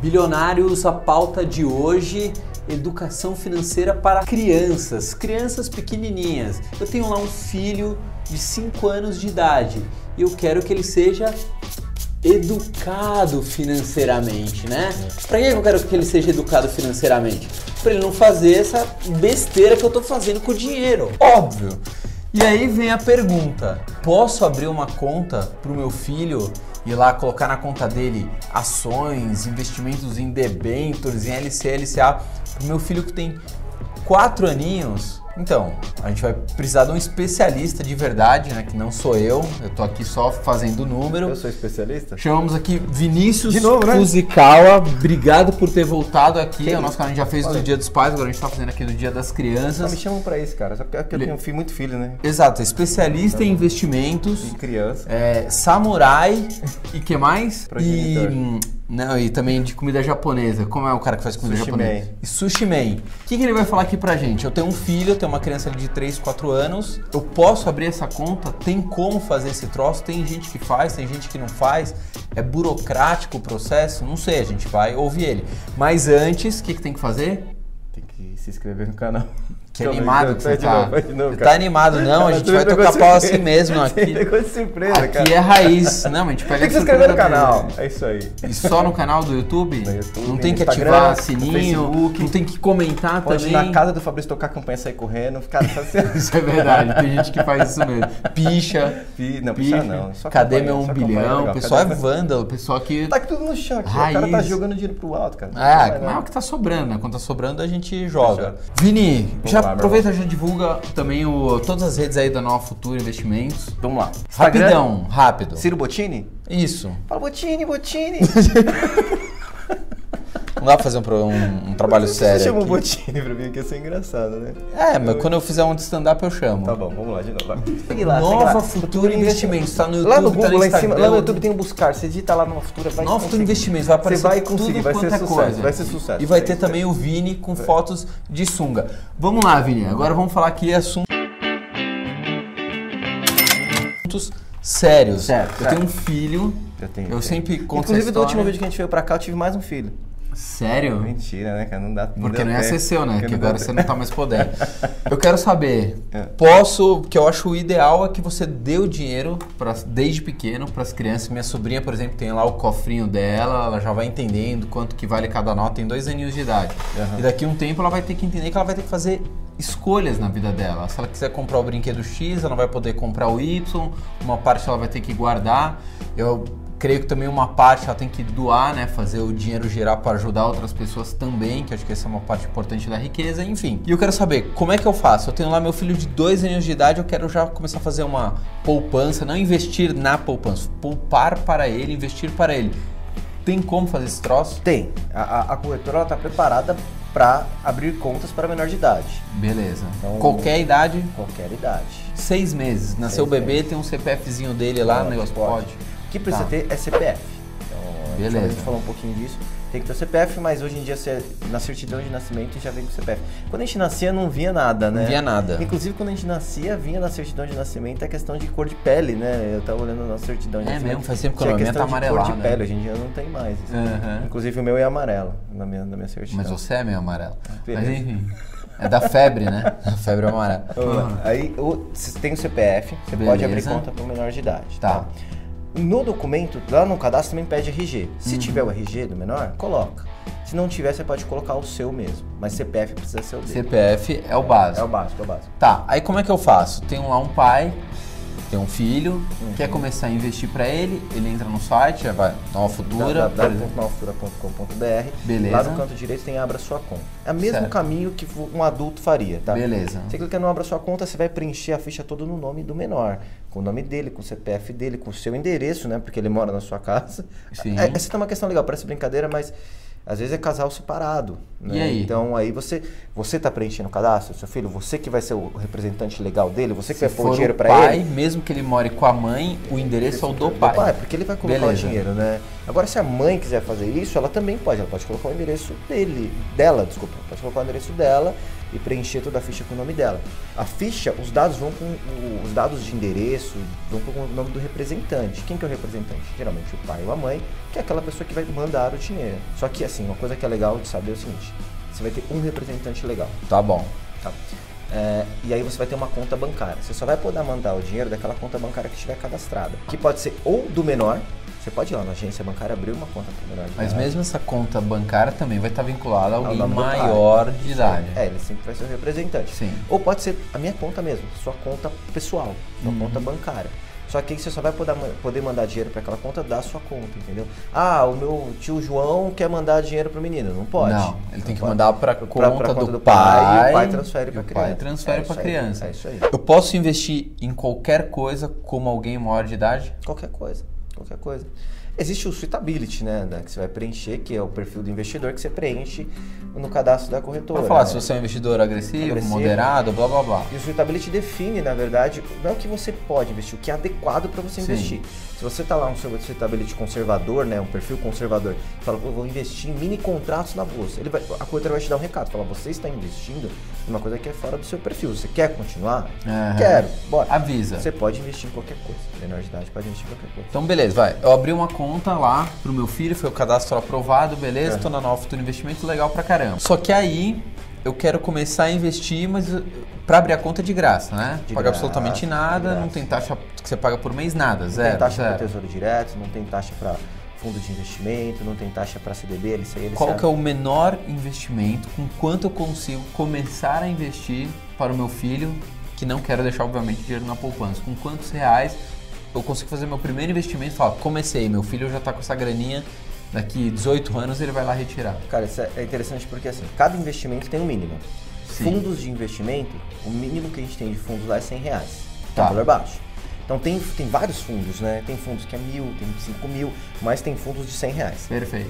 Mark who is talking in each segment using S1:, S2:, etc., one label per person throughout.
S1: Bilionários, a pauta de hoje, educação financeira para crianças, crianças pequenininhas. Eu tenho lá um filho de 5 anos de idade e eu quero que ele seja educado financeiramente, né? Pra que eu quero que ele seja educado financeiramente? Pra ele não fazer essa besteira que eu tô fazendo com o dinheiro. Óbvio. E aí vem a pergunta: posso abrir uma conta pro meu filho e lá colocar na conta dele ações, investimentos em debêntures, em LC, LCA, pro meu filho que tem 4 aninhos? Então, a gente vai precisar de um especialista de verdade, né? Que não sou eu, eu tô aqui só fazendo o número.
S2: Eu sou especialista?
S1: Chamamos aqui Vinícius
S2: De novo, né?
S1: Fuzikawa. Obrigado por ter voltado aqui. É O nosso canal a gente já fez do
S2: Valeu.
S1: Dia dos Pais, agora a gente tá fazendo aqui do Dia das
S2: Só me
S1: Crianças.
S2: chamam pra isso, cara. Só porque é porque eu
S1: Ele-
S2: tenho filho, muito filho, né?
S1: Exato, é especialista em investimentos,
S2: De criança.
S1: é, samurai e que mais? E,
S2: Progenitor.
S1: hum, não, e também de comida japonesa. Como é o cara que faz comida
S2: Sushi
S1: japonesa?
S2: man.
S1: E Sushi Man. O que, que ele vai falar aqui pra gente? Eu tenho um filho, eu tenho uma criança ali de 3, 4 anos. Eu posso abrir essa conta? Tem como fazer esse troço? Tem gente que faz, tem gente que não faz. É burocrático o processo? Não sei, a gente vai ouvir ele. Mas antes, o que, que tem que fazer?
S2: Tem que se inscrever no canal.
S1: Que
S2: Calma aí,
S1: animado que
S2: vai
S1: você
S2: de
S1: tá.
S2: novo, vai de novo,
S1: Você
S2: cara.
S1: tá animado, não? A
S2: Cara,
S1: gente
S2: tu
S1: vai
S2: me pegou
S1: tocar
S2: de
S1: pau
S2: surpresa.
S1: assim mesmo.
S2: Você me
S1: Aqui,
S2: pegou de surpresa, cara.
S1: aqui é raiz. Não, a gente pega
S2: Tem que se
S1: surpresa
S2: inscrever no
S1: pra ele.
S2: canal. É isso aí.
S1: E só no canal do YouTube?
S2: No YouTube,
S1: não tem que
S2: Instagram,
S1: ativar
S2: no
S1: sininho,
S2: Facebook.
S1: não tem que comentar
S2: Pode ir
S1: também.
S2: na casa do Fabrício tocar a campanha e sair correndo. Cara, tá sendo...
S1: Isso é verdade, tem gente que faz isso mesmo. Picha.
S2: Pi- não, picha
S1: picha.
S2: não, só
S1: Cadê
S2: acompanha,
S1: meu
S2: só
S1: um
S2: acompanha,
S1: bilhão?
S2: legal.
S1: O pessoal
S2: Cadê
S1: é
S2: o-
S1: vândalo, o pessoal que.
S2: Tá aqui tudo no chão aqui. O cara tá
S1: Raiz.
S2: jogando dinheiro pro alto, cara.
S1: Ah,
S2: Vai, vai.
S1: mas é o que tá sobrando, né? Quando tá sobrando a gente joga. Vini, já
S2: lá, meu
S1: aproveita, já divulga também o, todas as redes aí da Nova Futura Investimentos.
S2: Vamos lá.
S1: Rapidão, rápido.
S2: Ciro Bottini?
S1: Isso.
S2: Fala, Bottini, Bottini.
S1: Não dá pra fazer um, pro- um- um trabalho
S2: Você
S1: sério.
S2: chama o
S1: aqui.
S2: Bottini pra mim, que ia ser engraçado, né?
S1: É, mas quando eu fizer um de stand-up eu chamo.
S2: Tá bom, vamos lá de novo. Vai. Segue
S1: Nova Futura Investimentos. Tá no YouTube,
S2: Lá no
S1: tá
S2: Google,
S1: no
S2: lá em
S1: Instagram.
S2: cima, lá no YouTube tem um buscar. Você digita lá Nova Futura, vai
S1: Nova Futura
S2: conseguir.
S1: Investimentos. Vai
S2: Você
S1: aparecer
S2: vai
S1: tudo
S2: conseguir, vai
S1: quanto
S2: ser
S1: é
S2: sucesso.
S1: coisa.
S2: Vai ser sucesso.
S1: E vai
S2: É
S1: ter
S2: isso aí.
S1: também o Vini com fotos de sunga. Vamos lá, Vini. Agora vamos falar aqui assuntos sérios.
S2: Certo,
S1: eu
S2: certo.
S1: tenho um filho.
S2: Eu tenho,
S1: Eu
S2: tenho.
S1: sempre conto essa
S2: Inclusive, do último
S1: história.
S2: vídeo que a gente veio pra cá, eu tive mais um filho.
S1: Sério?
S2: Mentira, né, cara? Não dá não
S1: Porque
S2: deu
S1: não ia ser
S2: tempo.
S1: seu, né?
S2: Porque
S1: Que
S2: não deu
S1: agora você
S2: tempo.
S1: não tá mais podendo. Eu quero saber,
S2: É.
S1: posso, porque eu acho o ideal é que você dê o dinheiro pra, desde pequeno para as crianças. Minha sobrinha, por exemplo, tem lá o cofrinho dela, ela já vai entendendo quanto que vale cada nota, tem dois aninhos de idade.
S2: Aham.
S1: E daqui a um tempo ela vai ter que entender que ela vai ter que fazer escolhas na vida dela. Se ela quiser comprar o brinquedo X, ela vai poder comprar o Y, uma parte ela vai ter que guardar. Eu creio que também uma parte ela tem que doar, né, fazer o dinheiro gerar para ajudar outras pessoas também, que acho que essa é uma parte importante da riqueza, enfim. E eu quero saber, como é que eu faço? Eu tenho lá meu filho de dois anos de idade, eu quero já começar a fazer uma poupança, não investir na poupança, poupar para ele, investir para ele. Tem como fazer esse troço?
S3: Tem. A, a- a corretora ela está preparada para abrir contas para menor de idade,
S1: Beleza.
S3: Então-
S1: Qualquer idade,
S3: qualquer idade.
S1: Seis meses. Nasceu o bebê, tem um CPFzinho dele lá, o negócio pode.
S3: O que precisa
S1: Tá.
S3: ter é CPF. Então,
S1: Beleza.
S3: A gente falou um pouquinho disso. Tem que ter o CPF, mas hoje em dia você, na certidão de nascimento já vem com o CPF. Quando a gente nascia não via nada, né?
S1: Não via nada.
S3: Inclusive quando a gente nascia vinha na certidão de nascimento a questão de cor de pele, né? Eu tava olhando na certidão de
S1: É
S3: nascimento.
S1: mesmo, faz tempo que eu
S3: tinha
S1: não, a minha tá
S3: questão de cor de
S1: amarelada.
S3: pele, hoje em dia não tem mais. isso.
S1: Aham.
S3: Inclusive o meu é amarelo na minha, na minha certidão.
S1: Mas você é meio amarelo. Mas
S3: Beleza.
S1: enfim. É da febre, né? A febre amarela.
S3: Vamos lá. Aí o- você tem o CPF, você
S1: Beleza.
S3: pode abrir conta para menor de idade.
S1: Tá.
S3: No documento, lá no cadastro também pede RG.
S1: Uhum.
S3: Se tiver o RG do menor, coloca. Se não tiver, você pode colocar o seu mesmo. Mas CPF precisa ser o dele.
S1: CPF é o básico.
S3: É o básico, é o básico.
S1: Tá, aí como é que eu faço? Tenho lá um pai, tem um filho,
S3: Uhum.
S1: quer começar a investir pra ele, ele entra no site, já vai, Nova Futura, por exemplo.
S3: www.malfura.com.br
S1: Beleza.
S3: Lá no canto direito tem Abra Sua Conta. É o mesmo
S1: Certo.
S3: caminho que um adulto faria, tá?
S1: Beleza.
S3: Você clica no Abra Sua Conta, você vai preencher a ficha toda no nome do menor. Com o nome dele, com o CPF dele, com o seu endereço, né? Porque ele mora na sua casa.
S1: Sim.
S3: É, essa é uma questão legal, parece brincadeira, mas às vezes é casal separado. né?
S1: E aí?
S3: Então aí você você tá preenchendo o cadastro do seu filho, você que vai ser o representante legal dele, você que
S1: Se
S3: vai pôr
S1: for
S3: o dinheiro
S1: o
S3: pra
S1: pai,
S3: ele.
S1: mesmo que ele more com a mãe, o endereço é o do pai.
S3: Pai, porque ele vai colocar
S1: Beleza.
S3: o dinheiro, né? Agora, se a mãe quiser fazer isso, ela também pode. Ela pode colocar o endereço dele, dela, desculpa. Ela Pode colocar o endereço dela e preencher toda a ficha com o nome dela. A ficha, os dados vão com o- os dados de endereço, vão com o nome do representante. Quem que é o representante? Geralmente o pai ou a mãe, que é aquela pessoa que vai mandar o dinheiro. Só que assim, uma coisa que é legal de saber é o seguinte: você vai ter um representante legal.
S1: Tá bom.
S3: Tá. É, e aí você vai ter uma conta bancária. Você só vai poder mandar o dinheiro daquela conta bancária que estiver cadastrada. Que pode ser ou do menor. Você pode ir lá na agência bancária abrir uma conta para menor. de
S1: Mas
S3: idade.
S1: mesmo essa conta bancária também vai estar vinculada a
S3: Ao
S1: alguém
S3: nome do pai.
S1: maior de idade.
S3: É, ele sempre vai ser o representante.
S1: Sim.
S3: Ou pode ser a minha conta mesmo, sua conta pessoal,
S1: Uhum.
S3: sua conta bancária. Só que aí você só vai poder, poder mandar dinheiro para aquela conta da sua conta, entendeu? Ah, o meu tio João quer mandar dinheiro pro menino. Não pode.
S1: Não, ele tem que
S3: pode.
S1: mandar para
S3: Pra-
S1: conta,
S3: pra
S1: do, pai.
S3: e o pai transfere
S1: e
S3: para
S1: o
S3: criança.
S1: pai transfere
S3: É
S1: pra
S3: isso aí,
S1: criança.
S3: É isso aí.
S1: Eu posso investir em qualquer coisa como alguém maior de idade?
S3: Qualquer coisa, qualquer coisa. Existe o suitability, né, né, que você vai preencher, que é o perfil do investidor que você preenche no cadastro da corretora.
S1: Pra falar
S3: né?
S1: se você é um investidor agressivo,
S3: Agressivo.
S1: moderado, blá blá blá.
S3: E o suitability define, na verdade, não é o que você pode investir, o que é adequado para você
S1: Sim.
S3: investir. Se você tá lá um seu suitability conservador, né, um perfil conservador, e fala, "Pô, eu vou investir em mini contratos na bolsa. Ele vai, a corretora vai te dar um recado, fala, você está investindo numa coisa que é fora do seu perfil. Você quer continuar?
S1: Aham.
S3: Quero. Bora.
S1: Avisa.
S3: Você pode investir em qualquer coisa. Menor de idade pode investir em qualquer coisa.
S1: Então beleza, vai. Eu abri uma conta lá pro meu filho, foi o cadastro aprovado,
S3: É.
S1: beleza, tô na nova Futuro Investimento, legal pra caramba. Só que aí eu quero começar a investir, mas eu- pra abrir a conta é de graça, né?
S3: De
S1: pagar
S3: graça,
S1: absolutamente
S3: de
S1: nada,
S3: graça.
S1: não tem taxa que você paga por mês, nada,
S3: Não tem
S1: zero.
S3: taxa para
S1: zero.
S3: tesouro direto, não tem taxa para fundo de investimento, não tem taxa para CDB, LCI, LCA.
S1: Qual que é o menor investimento, com quanto eu consigo começar a investir para o meu filho, que não quero deixar, obviamente, dinheiro na poupança? Com quantos reais eu consigo fazer meu primeiro investimento e falar, comecei, meu filho já está com essa graninha, daqui 18 anos ele vai lá retirar.
S3: Cara, isso é é interessante porque assim, cada investimento tem um mínimo.
S1: Sim.
S3: Fundos de investimento, o mínimo que a gente tem de fundos lá é 100 reais.
S1: Tá.
S3: Tá. valor baixo. Então tem, tem vários fundos, né? Tem fundos que é mil, tem cinco mil, mas tem fundos de 100 reais.
S1: Perfeito,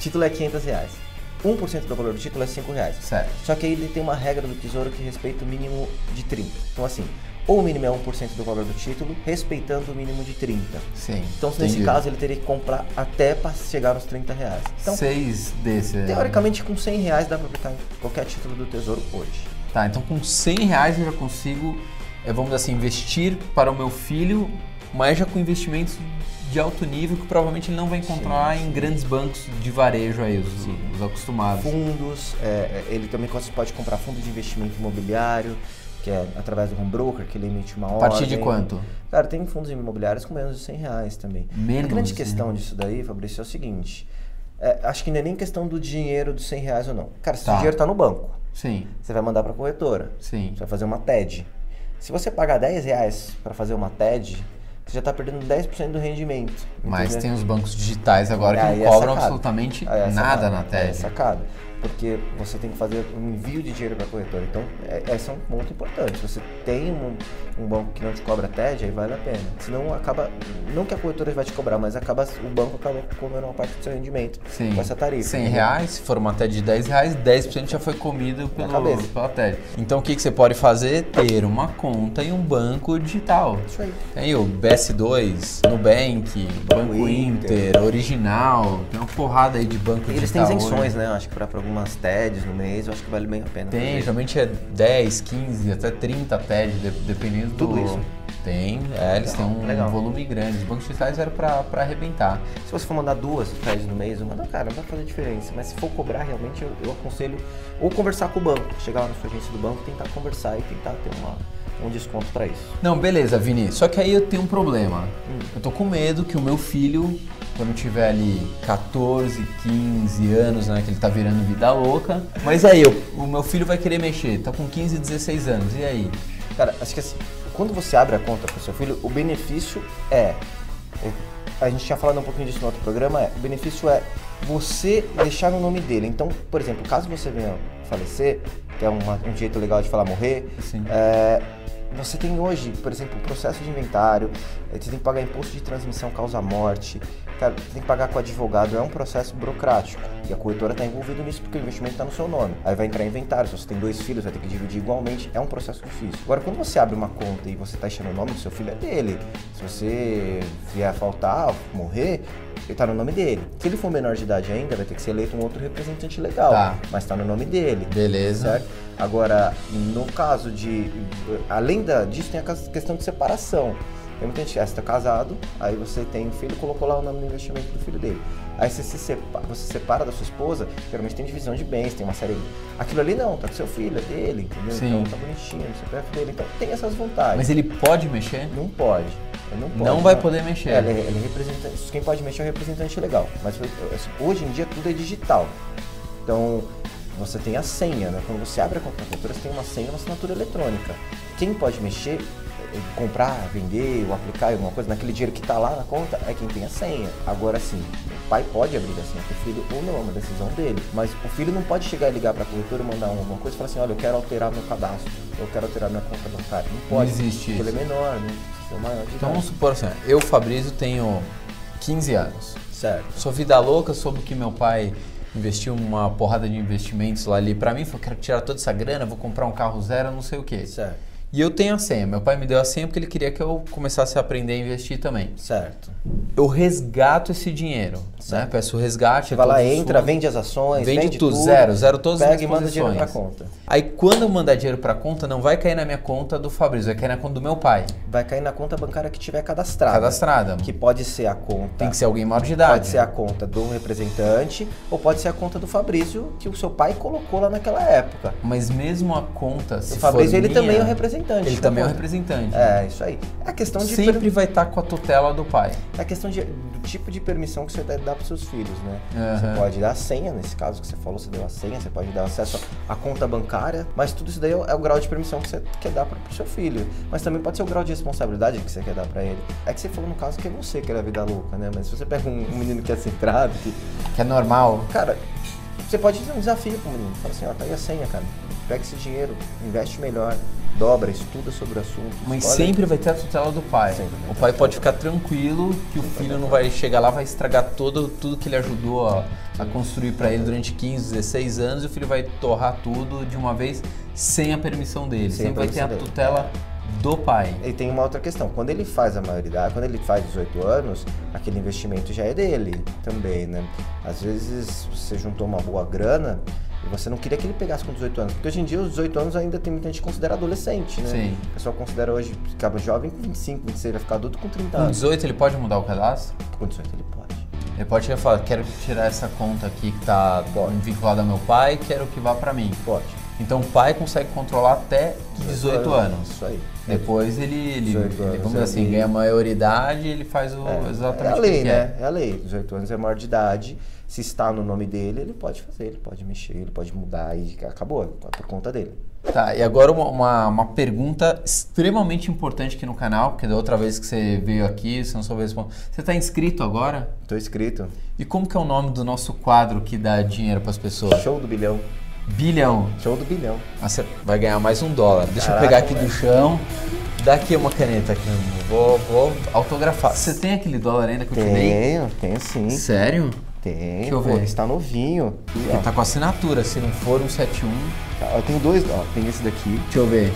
S3: Título é 500 reais. 1% do valor do título é 5 reais.
S1: certo.
S3: Só que aí ele tem uma regra do tesouro que respeita o mínimo de 30. Então assim, ou o mínimo é 1% do valor do título, respeitando o mínimo de 30.
S1: Sim.
S3: Então, nesse
S1: entendi.
S3: caso, ele teria que comprar até para chegar nos 30 reais. Então,
S1: seis desses.
S3: teoricamente, com 100 reais dá para aplicar em qualquer título do Tesouro hoje.
S1: Tá, então com 100 reais eu já consigo, eh, vamos dizer assim, investir para o meu filho, mas já com investimentos de alto nível que provavelmente ele não vai encontrar em grandes bancos de varejo aí, os, os acostumados.
S3: Fundos, é, é, ele também cons- pode comprar fundo de investimento imobiliário, que é através do home broker, que ele emite uma
S1: A
S3: ordem.
S1: partir de quanto?
S3: Cara, tem fundos imobiliários com menos de 100 reais também.
S1: Menos,
S3: a grande
S1: né?
S3: questão disso daí, Fabrício, é o seguinte. é, acho que não é nem questão do dinheiro dos 100 reais ou não. Cara, se
S1: Tá.
S3: o dinheiro está no banco,
S1: Sim,
S3: você vai mandar para corretora.
S1: sim.
S3: Você vai fazer uma TED. Se você pagar 10 reais para fazer uma TED, você já está perdendo 10% do rendimento.
S1: Mas
S3: entendeu?
S1: tem os bancos digitais agora que
S3: Aí
S1: não
S3: é
S1: cobram
S3: sacada.
S1: absolutamente
S3: Aí é
S1: nada
S3: sacada,
S1: na
S3: É
S1: tese.
S3: sacada. Porque você tem que fazer um envio de dinheiro para corretora. Então, é, esse é um ponto importante. Se você tem um, um banco que não te cobra TED, aí vale a pena. Senão, acaba. Não que a corretora vai te cobrar, mas acaba o banco acaba comendo uma parte do seu rendimento
S1: Sim.
S3: com essa tarifa.
S1: 100
S3: entendeu?
S1: reais, se for uma TED de 10 reais, 10% já foi comido pelo,
S3: cabeça.
S1: pela TED. Então o que, que você pode fazer? Ter uma conta em um banco digital.
S3: Isso aí.
S1: Tem o BS2, Nubank, Banco, Inter,
S3: Inter.
S1: Original, tem uma porrada aí de banco
S3: E eles têm
S1: digital
S3: isenções,
S1: tá hoje.
S3: né? Eu Acho que para algumas TEDs no mês, eu acho que vale bem a pena.
S1: Tem,
S3: fazer.
S1: geralmente é 10, 15, até 30 TED, de- dependendo do...
S3: Tudo isso?
S1: Tem, é, eles têm um
S3: legal.
S1: volume grande. Os bancos digitais eram pra, pra arrebentar.
S3: Se você for mandar duas TEDs no mês, uma, não, cara, não vai fazer diferença. Mas se for cobrar, realmente eu, eu aconselho ou conversar com o banco, chegar lá na sua agência do banco, tentar conversar e tentar ter uma, um desconto pra isso.
S1: Não, beleza, Vini. Só que aí eu tenho um problema.
S3: Hum.
S1: Eu tô com medo que o meu filho, quando tiver ali 14, 15 anos, né, que ele tá virando vida louca. Mas aí, eu- o meu filho vai querer mexer. Tá com 15, 16 anos. E aí?
S3: Cara, acho que assim, quando você abre a conta pro seu filho, o benefício é. A gente tinha falado um pouquinho disso no outro programa, é, o benefício é você deixar o nome dele. Então, por exemplo, caso você venha falecer, que é uma- um jeito legal de falar morrer,
S1: Sim.
S3: É, você tem hoje, por exemplo, um processo de inventário, eh, você tem que pagar imposto de transmissão causa-morte, cara, você tem que pagar com advogado, é um processo burocrático. E a corretora está envolvida nisso porque o investimento está no seu nome. Aí vai entrar inventário, se você tem dois filhos, vai ter que dividir igualmente, é um processo difícil. Agora, quando você tá abre uma conta e você está enchendo o nome do seu filho, é dele. Se você vier a faltar, morrer, ele tá no nome dele. Se ele for menor de idade ainda, vai ter que ser eleito um outro representante legal,
S1: Tá.
S3: mas tá no nome dele.
S1: Beleza.
S3: Certo?
S4: Uhum.
S3: Agora, no caso de. Além da, disso, tem a cas- questão de separação. Tem muita gente, ah, você tá casado, aí você tem um filho, colocou lá o nome do investimento do filho dele. Aí você se separa, você separa da sua esposa, geralmente tem divisão de bens, tem uma série. Aquilo ali não, tá com seu filho, é dele, entendeu?
S4: Sim.
S3: Então tá bonitinho, o CPF dele. Então tem essas vantagens.
S4: Mas ele pode mexer?
S3: Não pode. Ele não pode.
S4: É. Não vai poder mexer.
S3: É, ele, ele é representante- quem pode mexer é o representante legal. Mas eh, hoje em dia tudo é digital. Então você tem a senha, né? Quando você abre a conta da corretora, você tem uma senha e uma assinatura eletrônica. Quem pode mexer, eh, comprar, vender ou aplicar alguma coisa naquele dinheiro que está lá na conta é quem tem a senha. Agora sim, o pai pode abrir a senha para o filho ou não, é uma decisão dele. Mas o filho não pode chegar e ligar para a corretora, mandar alguma coisa e falar assim: olha, eu quero alterar meu cadastro, eu quero alterar minha conta bancária. Não pode.
S4: existe
S3: porque ele
S4: isso.
S3: é menor, né? Você é o maior de
S1: Então
S3: idade.
S1: vamos supor assim, ó, eu, Fabrício, tenho 15 anos.
S3: Certo.
S1: Sua vida louca, soube que meu pai investiu uma porrada de investimentos lá ali pra mim, falou, quero tirar toda essa grana, vou comprar um carro zero, não sei o quê.
S3: Certo.
S1: E eu tenho a senha, meu pai me deu a senha porque ele queria que eu começasse a aprender a investir também.
S3: Certo.
S1: Eu resgato esse dinheiro, né? Peço o resgate.
S3: Você vai lá,
S1: todo isso.
S3: entra, vende as ações,
S1: Então, Vende
S3: vende,
S1: tudo, zero, zero todas as
S3: pega e manda dinheiro pra
S1: disposições.
S3: conta.
S1: Aí quando eu mandar dinheiro pra conta, não vai cair na minha conta do Fabrício, vai cair na conta do meu pai,
S3: Vai cair na conta bancária que tiver cadastrada.
S1: cadastrada.
S3: Que pode ser a conta.
S1: Tem que ser alguém maior de idade.
S3: Pode ser a conta do representante ou pode ser a conta do Fabrício que o seu pai colocou lá naquela época.
S1: Mas mesmo a conta, se
S3: o
S1: for
S3: Fabrício, ele
S1: minha,
S3: também é o representante.
S1: Ele
S3: da
S1: também é o
S3: conta.
S1: representante.
S3: É, isso aí. É a questão de
S1: Sempre vai estar com a tutela do pai.
S3: É a questão de- do tipo de permissão que você dá, dá para seus filhos, né?
S1: Aham.
S3: Você pode dar a senha, nesse caso que você falou, você deu a senha, você pode dar acesso à conta bancária, mas tudo isso daí é o, é o grau de permissão que você quer dar para o seu filho. Mas também pode ser o grau de responsabilidade que você quer dar para ele. É que você falou no caso que é você que era a vida louca, né? Mas se você pega um, um menino que é centrado, que,
S1: Que é normal.
S3: cara, você pode ter um desafio pro menino. Fala assim, ó, tá aí a senha, cara. Pega esse dinheiro, investe melhor, dobra, estuda sobre o assunto.
S1: Mas
S3: escolhe-
S1: sempre vai ter a tutela do pai.
S3: Sempre vai
S1: O
S3: ter
S1: pai pode ficar tranquilo que o filho não vai chegar lá, vai estragar todo, tudo que ele ajudou a, a construir pra ele durante 15, 16 anos e o filho vai torrar tudo de uma vez sem a permissão dele.
S3: Sem a
S1: Sempre vai ter a
S3: permissão dele.
S1: tutela do pai.
S3: E tem uma outra questão, quando ele faz a maioridade, quando ele faz 18 anos, aquele investimento já é dele também, né? Às vezes você juntou uma boa grana e você não queria que ele pegasse com 18 anos, porque hoje em dia os 18 anos ainda tem muita gente que considera adolescente, né?
S1: Sim.
S3: O pessoal considera hoje, acaba jovem com 25, 26, vai ficar adulto com 30
S1: Com
S3: anos.
S1: 18 ele pode mudar o cadastro?
S3: Com 18 ele pode.
S1: Ele pode chegar e falar, quero tirar essa conta aqui que tá
S3: Pode.
S1: vinculada ao meu pai, quero que vá pra mim.
S3: Pode. É,
S1: Então o pai consegue controlar até 18 anos. É
S3: Isso aí.
S1: Depois ele, ele,
S3: 18
S1: ele,
S3: anos,
S1: vamos dizer assim,
S3: ele-
S1: ganha maioridade ele faz o,
S3: É
S1: exatamente
S3: a
S1: o que
S3: lei,
S1: ele
S3: né?
S1: quer.
S3: É a lei. 18 anos é maior de idade. Se está no nome dele, ele pode fazer, ele pode mexer, ele pode mudar e acabou, é por conta dele.
S1: Tá, e agora uma, uma, uma pergunta extremamente importante aqui no canal, porque da outra vez que você veio aqui, você não soube responder. Você tá inscrito agora?
S3: Tô inscrito.
S1: E como que é o nome do nosso quadro que dá dinheiro pras pessoas?
S3: Show do bilhão.
S1: Bilhão.
S3: Show do bilhão.
S1: Ah, Você vai ganhar mais um dólar. Deixa
S3: Caraca,
S1: eu pegar aqui
S3: moleque.
S1: do chão. Dá aqui uma caneta aqui. Vou, vou autografar. Você tem aquele dólar ainda que eu te dei?
S3: Tenho, tenho sim.
S1: Sério?
S3: Tenho.
S1: Deixa eu
S3: pô,
S1: ver.
S3: Ele está novinho. Aqui,
S1: Ele tá com assinatura, se não for um 71.
S3: ó. Eu tenho dois, ó. Tem esse daqui
S1: Deixa eu ver.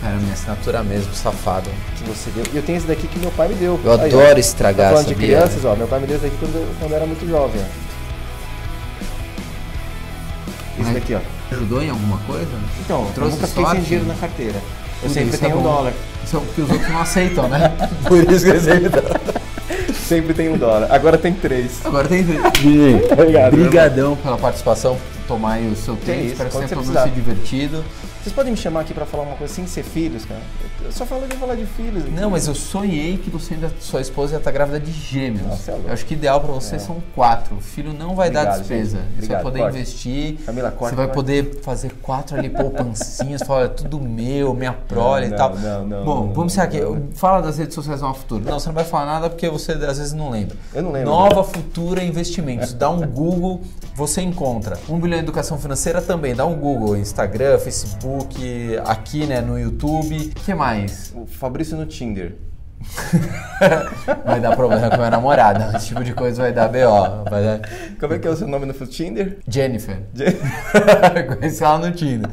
S1: Cara, minha assinatura mesmo, safado.
S3: que você deu. E eu tenho esse daqui que meu pai me deu.
S1: Eu
S3: Aí, ó. Tá
S1: adoro estragar,
S3: Falando de
S1: sabia?
S3: crianças, ó. Meu pai me deu esse daqui quando, eu- quando eu era muito jovem, ó. Esse
S1: Ai.
S3: daqui, ó.
S1: Ajudou em alguma coisa?
S3: Então, eu
S1: Trouxe
S3: nunca fiquei
S1: sorte?
S3: sem dinheiro na carteira. Eu
S1: Puta,
S3: sempre
S1: isso é
S3: tenho um
S1: bom.
S3: dólar.
S1: Isso é porque os outros não aceitam, né?
S3: Por isso que eu sempre um Sempre tem um dólar. Agora tem três.
S1: Agora tem.
S3: Obrigado.
S1: Obrigadão pela participação, por tomar aí o seu tempo.
S3: isso,
S1: Espero que
S3: quando
S1: você
S3: você
S1: tenha
S3: precisar.
S1: se divertido.
S3: Vocês podem me chamar aqui pra falar uma coisa sem ser filhos, cara? Eu só falo de falar de filhos.
S1: Não, é mas eu sonhei que você ainda, sua esposa ia estar grávida de gêmeos.
S3: Nossa, é louco.
S1: eu acho que ideal pra você são quatro. O filho não vai dar
S3: Obrigado,
S1: despesa. Você
S3: gente.
S1: vai
S3: Obrigado,
S1: poder
S3: corta.
S1: investir.
S3: Camila, corta,
S1: você vai
S3: corta.
S1: poder fazer quatro ali poupancinhas, falar, é tudo meu, minha prole e
S3: não,
S1: tal.
S3: não, não,
S1: Bom,
S3: não,
S1: vamos
S3: não,
S1: encerrar aqui.
S3: não.
S1: Fala das redes sociais Nova Futura. Não, você não vai falar nada porque você às vezes não lembra.
S3: Eu não lembro.
S1: Nova Futura Investimentos. Dá um Google, você encontra. Um bilhão em educação financeira também. Dá um Google. Instagram, Facebook, aqui né, no YouTube. O que mais?
S3: O Fabrício no Tinder.
S1: Vai dar problema com minha namorada. Esse tipo de coisa vai dar B.O. Vai dar...
S3: Como é que é o seu nome no Tinder?
S1: Jennifer.
S3: Je-
S1: Conheci ela no Tinder.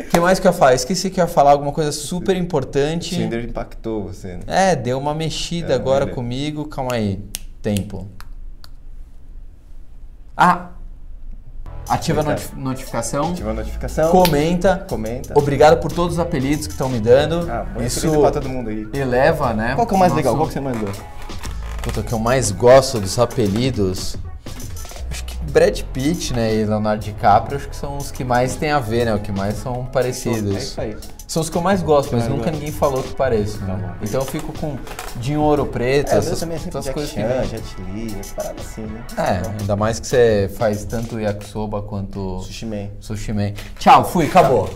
S1: O que mais que eu ia falar? Esqueci que eu ia falar alguma coisa super importante.
S3: Tinder impactou você, né?
S1: É, deu uma mexida
S3: É,
S1: agora
S3: olha.
S1: comigo. Calma aí. Tempo. Ah, ativa a noti- notificação,
S3: Ativa a notificação.
S1: comenta.
S3: Comenta.
S1: Obrigado por todos os apelidos que estão me dando.
S3: Ah, muito
S1: Isso
S3: feliz pra todo mundo aí.
S1: eleva, né?
S3: Qual que é o mais
S1: nosso-
S3: legal? Qual que você mais gosta?
S1: Puta, o que eu mais gosto dos apelidos. Acho que Brad Pitt, né, e Leonardo DiCaprio, acho que são os que mais têm a ver, né? O que mais são
S3: É
S1: parecidos.
S3: isso aí.
S1: São os que eu mais gosto, mas
S3: mais
S1: nunca
S3: gosta.
S1: ninguém falou que pareço. né? Então eu fico com Dinho Ouro Preto,
S3: Tá É, às
S1: essas,
S3: vezes também é sempre
S1: essas
S3: Jack
S1: coisas que
S3: Chan,
S1: vem.
S3: Jet Li, essas paradas assim, né?
S1: É, ainda mais que você faz tanto yakisoba quanto
S3: Sushi Man.
S1: sushi man. Tchau, fui, acabou.